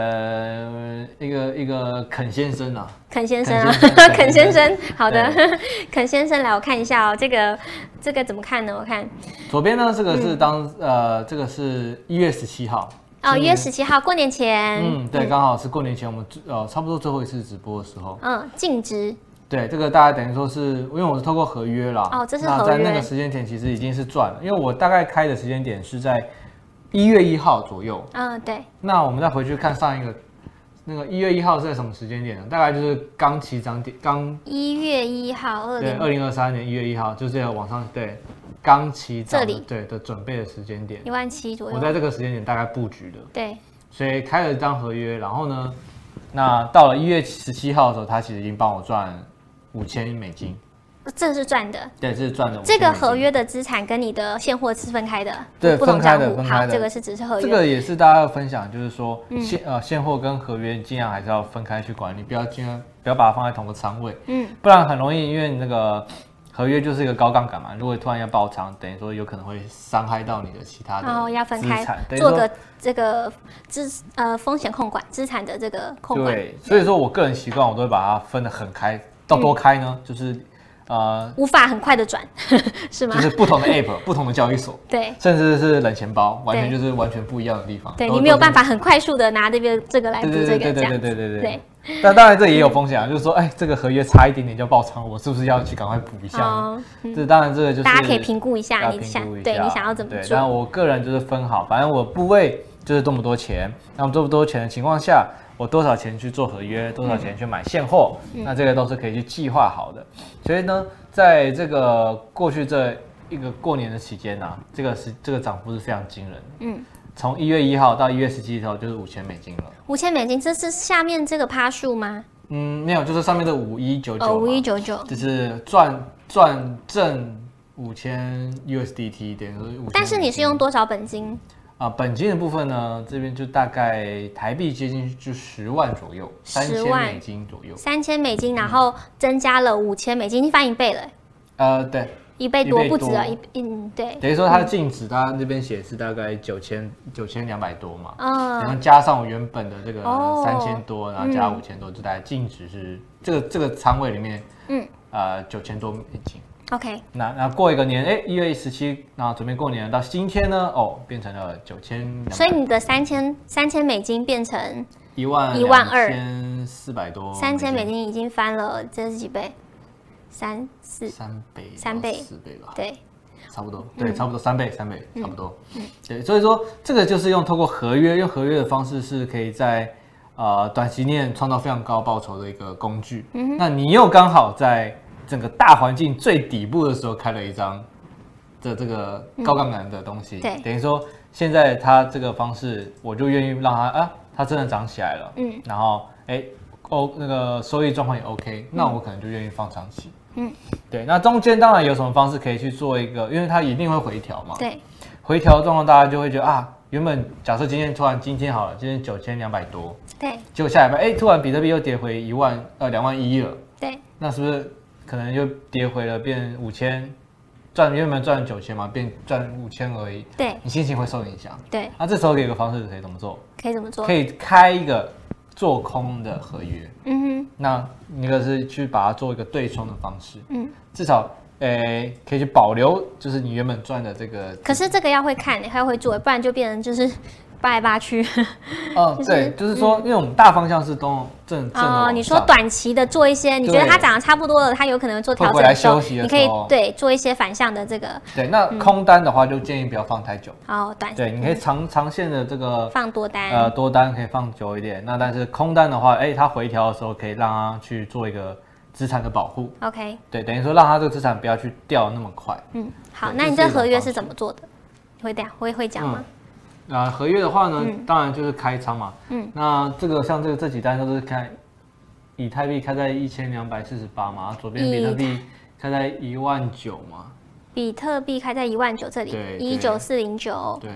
S2: 呃，一个一个肯先生啊，
S1: 肯先生啊， 肯
S2: 肯
S1: 先
S2: 先
S1: 生，好的，肯先生来我看一下哦，这个这个怎么看呢？我看
S2: 左边呢这个
S1: 嗯
S2: 是当、呃这个是一月十七号，
S1: 哦，
S2: 今
S1: 一
S2: 年
S1: 月十七号过年前，
S2: 嗯，对，刚好是过年前我们最呃差不多最后一次直播的时候，
S1: 嗯，净值
S2: 对，这个大概等于说是，因为我是透过合约啦。
S1: 哦这是
S2: 那
S1: 合
S2: 在那
S1: 约
S2: 个时间点其实已经是赚了，因为我大概开的时间点是在一月一号左右。
S1: 嗯，对，
S2: 那我们再回去看上一个，那个一月一号是在什么时间点呢？大概就是刚起涨点，刚
S1: 一月一号二
S2: 对，
S1: 零，
S2: 二零二三年一月一号，就是要往上对，刚起涨
S1: 这
S2: 的
S1: 里
S2: 对的准备的时间点。
S1: 一万七左
S2: 我
S1: 右，
S2: 在这个时间点大概布局的，
S1: 对，
S2: 所以开了一张合约，然后呢，那到了一月十七号的时候，它其实已经帮我赚五千美金，
S1: 这是赚的。
S2: 对，这是赚的。
S1: 这个合约的资产跟你的现货是分开的，
S2: 对
S1: 不同
S2: 分开
S1: 账
S2: 的
S1: 户。
S2: 分开
S1: 好，
S2: 的
S1: 这个是只是合约。哦嗯
S2: 这个也是大家要分享，就是说现、呃现货跟合约尽量还是要分开去管理，不要尽量不要把它放在同个仓位，
S1: 嗯，
S2: 不然很容易因为你那个合约就是一个高杠杆嘛，如果突然要爆仓，等于说有可能会伤害到你的其他的
S1: 然后哦要分
S2: 资
S1: 开
S2: 产，等于
S1: 做
S2: 说
S1: 个这个资呃风险控管，资产的这个控管，
S2: 对，所以说我个人习惯我都会把它分得很开，到
S1: 嗯
S2: 多开呢，就是呃
S1: 无法很快的转， 是吗
S2: 就？是不同的 app 不同的交易所。
S1: 对
S2: 甚至是冷钱包，完全
S1: 对
S2: 就是完全不一样的地方。
S1: 对，
S2: 都
S1: 你没有
S2: 都是
S1: 办法很快速的拿这边这个来补
S2: 对
S1: 这个
S2: 对哦
S1: 这
S2: 对对
S1: 样
S2: 对
S1: 子。
S2: 对
S1: 对
S2: 对对。但当然这也有风险啊，就是说，哎，这个合约差一点点就爆仓，我是不是要去赶快补一下呢？
S1: 哦，
S2: 这当然这个就是
S1: 大家可以评估一
S2: 要
S1: 下，你
S2: 评
S1: 想
S2: 估一
S1: 对
S2: 下
S1: 你想要怎么
S2: 对
S1: 做
S2: 但？我个人就是分好，反正我部位就是这么多钱，那么这么多钱的情况下，我多少钱去做合约，多少
S1: 嗯
S2: 钱去买现货，那这个都是可以去计划好的。所以呢，在这个过去这一个过年的期间呢、这个是这个涨幅是非常惊人的。
S1: 嗯，
S2: 从一月一号到一月十七号就是五千美金了。
S1: 五千美金，这是下面这个趴数吗？
S2: 嗯，没有，就是上面的五一九
S1: 哦，
S2: 九，
S1: 五一九九。
S2: 就是赚赚挣五千 USDT，等于说五。
S1: 但是你是用多少本金？
S2: 啊、本金的部分呢，这边就大概台币接近就十万左右，三
S1: 10
S2: 千
S1: 万
S2: 美金左右。
S1: 三千美金，然后增加了五千美金，已经翻一倍了，
S2: 呃，对，
S1: 一倍多
S2: 一倍
S1: 不
S2: 多
S1: 止啊，一嗯对，
S2: 等于说它的净值，它这边写是大概九千九千两百多嘛，然后
S1: 嗯，
S2: 加上我原本的这个
S1: 哦
S2: 三千多，然后加
S1: 嗯
S2: 五千多，就大概净值是这个这个仓位里面，
S1: 嗯，
S2: 呃，九千多美金。
S1: ，OK，
S2: 那那过一个年，哎，一月十七，那准备过年了到今天呢，哦，变成了九千，
S1: 所以你的三千三千美金变成
S2: 一万
S1: 12,000
S2: 千四百多
S1: 三千美金，已经翻了，这是几倍？三四
S2: 三倍到
S1: 三倍
S2: 四倍吧，
S1: 对，
S2: 差不多，
S1: 嗯
S2: 对，差不多三倍，三倍，差不多。对，所以说这个就是用透过合约，用合约的方式是可以在呃短期内创造非常高报酬的一个工具。
S1: 嗯
S2: 那你又刚好在整个大环境最底部的时候开了一张的这个高杠杆的东西，
S1: 嗯对
S2: 等于说现在它这个方式，我就愿意让它啊，它真的涨起来了，
S1: 嗯，
S2: 然后哎。O 那个收益状况也 OK，那
S1: 嗯
S2: 我可能就愿意放长期。对，那中间当然有什么方式可以去做一个，因为它一定会回调嘛。
S1: 对，
S2: 回调的状况，大家就会觉得啊，原本假设今天突然今天好了，今天九千两百多，
S1: 对，
S2: 结果下礼拜哎，突然比特币又跌回一万呃两万一了，
S1: 对，
S2: 那是不是可能又跌回了变五千？赚原本赚九千嘛，变赚五千而已，
S1: 对，
S2: 你心情会受影响。
S1: 对，
S2: 那、这时候有一个方式可以怎么做？
S1: 可以怎么做
S2: 可？以开一个做空的合约。
S1: 嗯
S2: 那那个是去把它做一个对冲的方式，
S1: 嗯
S2: 嗯，至少诶、可以去保留，就是你原本赚的这个
S1: 欸哼，可是这个要会看，还要会做，不然就变成就是 扒来扒 去。
S2: 嗯，
S1: 就是
S2: 对，就是说，因为我们大方向是都正正的往
S1: 哦，
S2: 上
S1: 你说短期的做一些，你觉得
S2: 对
S1: 它涨得差不多了，它有可能做调
S2: 会
S1: 整
S2: 回来
S1: 的时候，
S2: 休息的
S1: 你可以
S2: 时候
S1: 对做一些反向的这个
S2: 对，那
S1: 嗯
S2: 空单的话就建议不要放太久。
S1: 哦短嗯
S2: 对，你可以长长线的这个
S1: 放多单。
S2: 呃多单可以放久一点，那但是空单的话，哎、它回调的时候可以让它去做一个资产的保护，
S1: OK，
S2: 对，等于说让它这个资产不要去掉那么快。
S1: 嗯，好，
S2: 对
S1: 那你
S2: 这是
S1: 这
S2: 一种
S1: 合约
S2: 方
S1: 是怎么做的？你会讲会会讲吗？
S2: 啊、合约的话呢，当然就是开仓嘛，
S1: 嗯
S2: 嗯，那这个像这个这几单都是开以太币开在一千两百四十八嘛，左边比特币开在一万九嘛，
S1: 比特币开在一万九这里，
S2: 对
S1: 一九四零九，
S2: 对，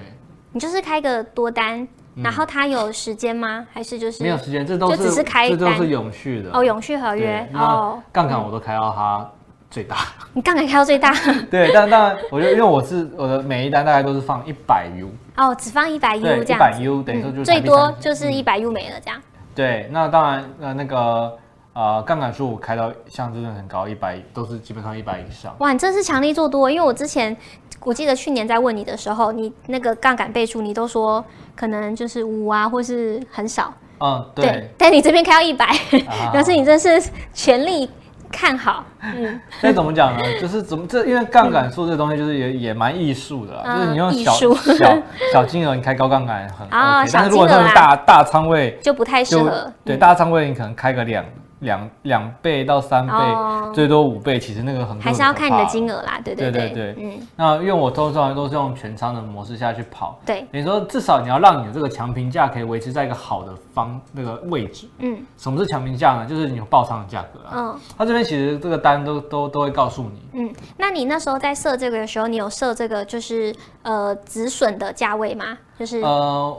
S1: 你就是开个多单，然后它有时间吗？还是就是
S2: 嗯没有时间，这都
S1: 就是只是开
S2: 这都
S1: 单
S2: 是永续的
S1: 哦，永续合
S2: 对
S1: 约
S2: 那
S1: 哦，
S2: 杠杆我都开到它最 大。
S1: 你杠杆开到最大
S2: 对，但当然，我就因为我是我的每一单大概都是放一百 U，
S1: 哦，只放一百 U
S2: 对，
S1: 这样
S2: 一百
S1: 子，嗯
S2: U 等于说就是
S1: 最
S2: 台币
S1: 多
S2: 30
S1: 就是一百 U 没了这样。
S2: 对。那当然，呃，那个呃杠杆数开到像真的很高，一百都是基本上一百以上。
S1: 哇，你真是强力做多，因为我之前我记得去年在问你的时候，你那个杠杆倍数你都说可能就是五啊，或是很少，
S2: 嗯，对，
S1: 但你这边开到一百、
S2: 啊
S1: 表示你真是全力看好，嗯，
S2: 那怎么讲呢？就是怎么这因为杠杆数这东西就是也也蛮艺术的啦，
S1: 嗯
S2: 就是你用小
S1: 艺术
S2: 小小金额你开高杠杆很 OK，、
S1: 啊小
S2: 但是如果
S1: 金额
S2: 那
S1: 啦
S2: 种大大仓位
S1: 就不太适
S2: 就
S1: 合。嗯
S2: 对大仓位你可能开个两两两倍到三倍，
S1: 哦
S2: 最多五倍，其实那个很
S1: 还是要看你的金
S2: 额。
S1: 额啦，对对
S2: 对对对
S1: 嗯，
S2: 那因为我通常都是用全仓的模式下去跑，
S1: 对，
S2: 等于说至少你要让你的这个强平价可以维持在一个好的方那个位置。
S1: 嗯
S2: 什么是强平价呢？就是你有爆仓的价格啊。
S1: 嗯
S2: 它这边其实这个单都都都会告诉你，
S1: 嗯。那你那时候在设这个的时候，你有设这个就是呃止损的价位吗？就是
S2: 呃，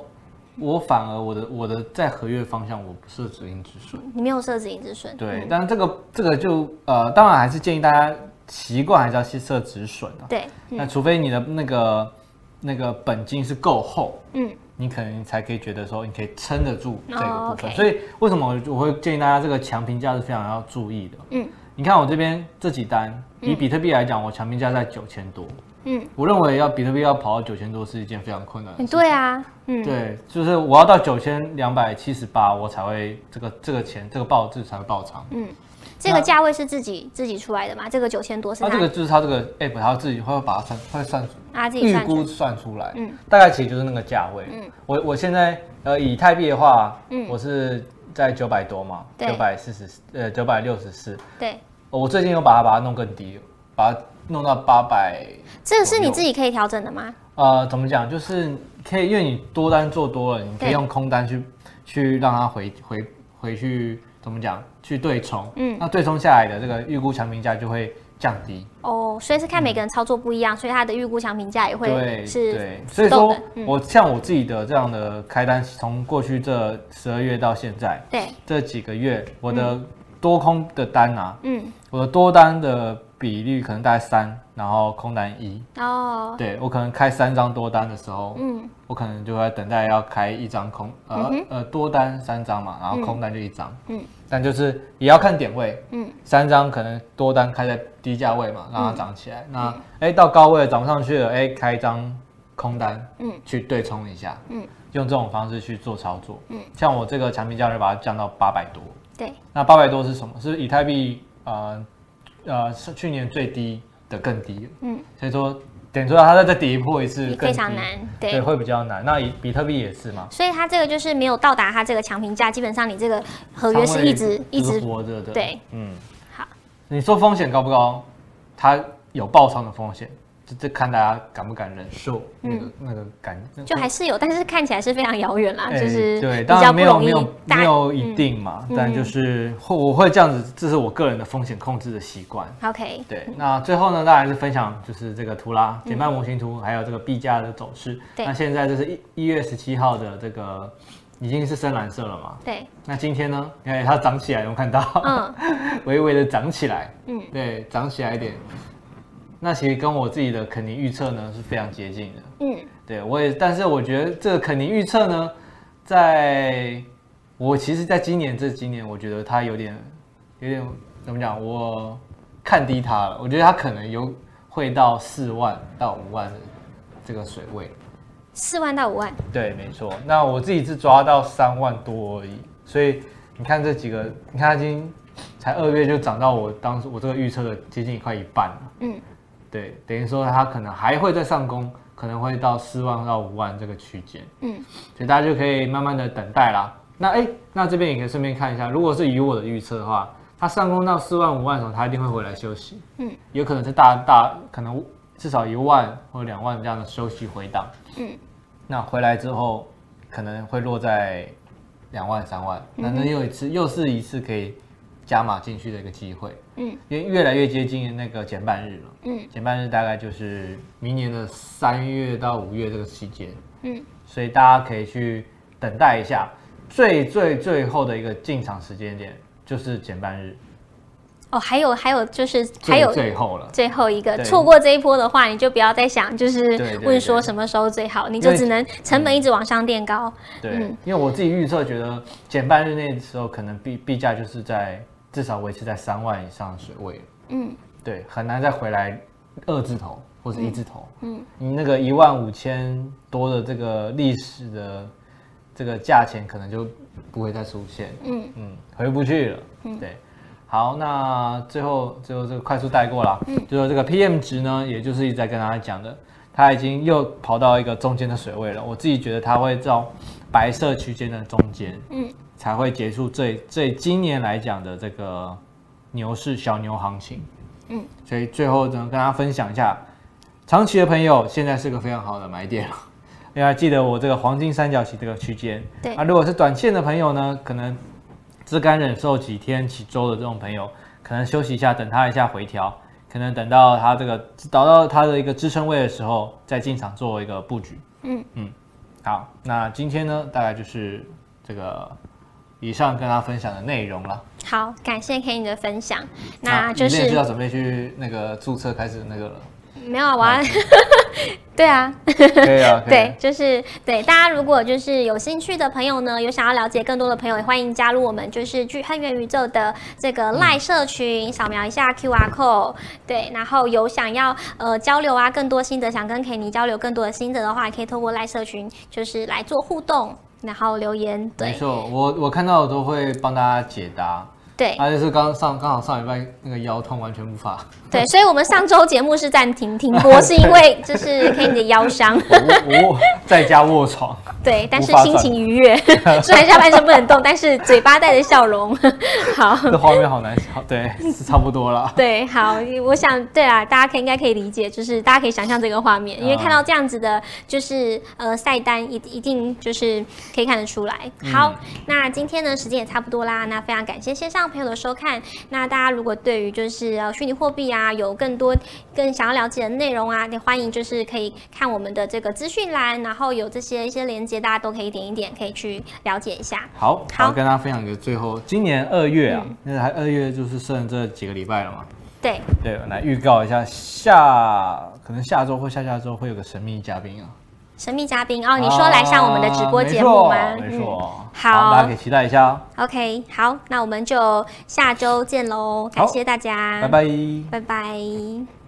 S2: 我反而我的我的在合约方向我不设止盈止损，
S1: 你没有设止盈止损，
S2: 对，
S1: 嗯
S2: 但是这个这个就呃，当然还是建议大家习惯还是要去设止损啊。
S1: 对，
S2: 那除非你的那个那个本金是够厚，
S1: 嗯
S2: 你可能才可以觉得说你可以撑得住这个
S1: 哦
S2: 部分。
S1: ，OK
S2: 所以为什么我我会建议大家这个强评价是非常要注意的。
S1: 嗯
S2: 你看我这边这几单，以比特币来讲，我强评价在九千多，
S1: 嗯
S2: 我认为要比特币要跑到九千多是一件非常困难的
S1: 嗯，
S2: 事。
S1: 对啊，嗯，
S2: 对，就是我要到九千两百七十八，我才会这个这个钱这个爆这才会爆仓。
S1: 嗯这个价位是自己自己出来的嘛？这个九千多是
S2: 那
S1: 他
S2: 啊这个就是他这个 app，他自己会把它算会算出
S1: 他啊自己
S2: 预
S1: 算出
S2: 估算出来，
S1: 嗯
S2: 大概其实就是那个价位。
S1: 嗯
S2: 我我现在呃，以太币的话，
S1: 嗯
S2: 我是在九百多嘛，
S1: 对
S2: 九百四十呃九百六十四，
S1: 对，
S2: 我最近又把它把它弄更低，把它弄到八百。
S1: 这个是你
S2: 左右
S1: 自己可以调整的吗？
S2: 呃，怎么讲？就是可以，因为你多单做多了，你可
S1: 对
S2: 以用空单去去让它回回回去怎么讲？去对冲，
S1: 嗯
S2: 那对冲下来的这个预估产品价就会降低。
S1: 哦，所以是看每个人操作不一样，所以他的预估强评价也会
S2: 嗯对
S1: 是嗯
S2: 对，所以
S1: 动
S2: 说
S1: 的，
S2: 我像我自己的这样的开单，从过去这十二月到现在
S1: 对，
S2: 这几个月，我的多空的单啊，
S1: 嗯，
S2: 我的多单的比率可能大概三，然后空单一。
S1: 哦，
S2: 对我可能开三张多单的时候，
S1: 嗯，
S2: 我可能就会等待要开一张空，呃、呃多单三张嘛，然后空单就一张，
S1: 嗯
S2: 嗯，但就是也要看点位，
S1: 嗯
S2: 嗯，三张可能多单开在低价位嘛，让它涨起来，那哎、到高位了涨不上去了，哎、开一张空单，
S1: 嗯
S2: 嗯，去对冲一下，
S1: 嗯
S2: 嗯，用这种方式去做操作，嗯，像我这个产品价就把它降到八百多，
S1: 对，
S2: 那八百多是什么？是以太币呃呃是去年最低的更低，
S1: 嗯
S2: 嗯，所以说等于说它再再跌破一次
S1: 也
S2: 更低，
S1: 非常难，
S2: 对，
S1: 对。
S2: 会比较难。那以比特币也是嘛，
S1: 所以它这个就是没有到达它这个强评价，基本上你这个合约是一直
S2: 仓位
S1: 一
S2: 就是
S1: 直
S2: 活着的，
S1: 对，
S2: 嗯，
S1: 好。
S2: 你说风险高不高？它有爆仓的风险，这这看大家敢不敢忍受那个、那个感，
S1: 嗯就还是有，但是看起来是非常遥远啦，
S2: 哎
S1: 就是
S2: 对，
S1: 比
S2: 当
S1: 较
S2: 然
S1: 不
S2: 没有
S1: 容
S2: 没
S1: 易
S2: 有
S1: 大嗯
S2: 没。有一定嘛，但就是会我会这样子，这是我个人的风险控制的习惯。
S1: OK，
S2: 对，那最后呢，当然是分享就是这个图啦，减半模型图，还有这个币价的走势。
S1: 对
S2: 那现在这是一一月十七号的这个已经是深蓝色了嘛？
S1: 对，
S2: 那今天呢，哎，它涨起来，有没有看到？
S1: 嗯，
S2: 微微的涨起来，
S1: 嗯
S2: 嗯，对，涨起来一点。那其实跟我自己的肯尼预测呢是非常接近的。
S1: 嗯，
S2: 对我也，但是我觉得这个肯尼预测呢，在我其实在今年这几年，我觉得它有点有点怎么讲，我看低它了。我觉得它可能有会到四万到五万的这个水位，
S1: 四万到五万，
S2: 对，没错。那我自己是抓到三万多而已，所以你看这几个，你看它已经才二月就涨到我当时我这个预测的接近快一半了。
S1: 嗯，
S2: 对，等于说它可能还会再上攻，可能会到四万到五万这个区间。
S1: 嗯，
S2: 所以大家就可以慢慢的等待啦。那哎、那这边也可以顺便看一下，如果是以我的预测的话，它上攻到四万五万的时候，它一定会回来休息。
S1: 嗯，
S2: 有可能是大大可能至少一万或两万这样的休息回档。
S1: 嗯，
S2: 那回来之后可能会落在两万三万，那
S1: 嗯
S2: 那又一次又是一次可以加码进去的一个机会。
S1: 嗯，
S2: 因为越来越接近那个减半日了。
S1: 嗯，
S2: 减半日大概就是明年的三月到五月这个期间。
S1: 嗯，
S2: 所以大家可以去等待一下，最最最后的一个进场时间点就是减半日，
S1: 哦，还有还有就是还
S2: 最
S1: 有
S2: 最后了。
S1: 最后一个，
S2: 对
S1: 错过这一波的话，你就不要再想，就
S2: 对
S1: 是
S2: 对
S1: 问说
S2: 对
S1: 什么时候最好，你
S2: 因
S1: 就
S2: 为嗯
S1: 只能成本一直往上垫高。
S2: 对，
S1: 嗯
S2: 因为我自己预测觉得减半日那时候可能币币价就是在至少维持在三万以上的水位了
S1: 嗯
S2: 对，很难再回来二字头或者一字头。
S1: 嗯
S2: 嗯，你那个一万五千多的这个历史的这个价钱，可能就不会再出现。
S1: 嗯
S2: 嗯，回不去了。对。好，那最后最后这个快速带过了，
S1: 嗯
S2: 就是这个 PM 值呢，也就是一直在跟大家讲的，它已经又跑到一个中间的水位了。我自己觉得它会到白色区间的中间，
S1: 嗯
S2: 才会结束这这今年来讲的这个牛市小牛行情。
S1: 嗯，
S2: 所以最后呢，跟大家分享一下，长期的朋友现在是个非常好的买点了。 因为还记得我这个黄金三角形这个区间，
S1: 对
S2: 啊，如果是短线的朋友呢，可能只敢忍受几天几周的这种朋友，可能休息一下，等它一下回调，可能等到它这个找到它的一个支撑位的时候，再进场做一个布局。
S1: 嗯
S2: 嗯，好，那今天呢，大概就是这个以上跟大家分享的内容了。
S1: 好，感谢 K 你的分享，那
S2: 好
S1: 就
S2: 你也
S1: 是
S2: 知道准备去那个注册开始那个了。
S1: 没有啊我要 对啊，
S2: 可以啊，可以
S1: 对，就是对大家如果就是有兴趣的朋友呢，有想要了解更多的朋友，也欢迎加入我们就是巨汉元宇宙的这
S2: 嗯
S1: 个赖社群，扫描一下 QR code，对，然后有想要呃交流啊更多心得，想跟 K 尼交流更多的心得的话，也可以透过赖社群就是来做互动，然后留言，
S2: 没
S1: 对
S2: 错，我我看到的都会帮大家解答。
S1: 对
S2: 啊，就是刚上刚好上礼拜那个腰痛，完全无法，
S1: 对，所以我们上周节目是暂停停播，是因为就是 K 你 的腰伤。
S2: 我 我在家 卧床。
S1: 对，但是
S2: 无法
S1: 心
S2: 转
S1: 情愉悦， 虽然下半身不能动，但是嘴巴带着笑容。 好，
S2: 这画面好难笑，对，是差不多了。
S1: 对，好，我想对啊，大家可以应该可以理解，就是大家可以想象这个画面，因为
S2: 啊
S1: 看到这样子的，就是呃赛单一一定就是可以看得出来。好，那今天呢时间也差不多啦，那非常感谢线上朋友的收看。那大家如果对于就是呃虚拟货币啊有更多更想要了解的内容啊，也欢迎就是可以看我们的这个资讯栏，然后有这些一些连接，大家都可以点一点可以去了解一下。
S2: 好，
S1: 好嗯
S2: 好，跟大家分享一个最后，今年二月啊，那还二月就是剩这几个礼拜了嘛。
S1: 对，
S2: 对，我来预告一下，下可能下周或下下周会有个神秘嘉宾啊。
S1: 神秘嘉宾哦，你说来上我们的直播节目吗？嗯
S2: 啊没错没错。
S1: 好
S2: 大家可以期待一下哦。
S1: OK，好，那我们就下周见喽，感
S2: 好
S1: 谢大家，
S2: 拜，拜。
S1: 拜拜。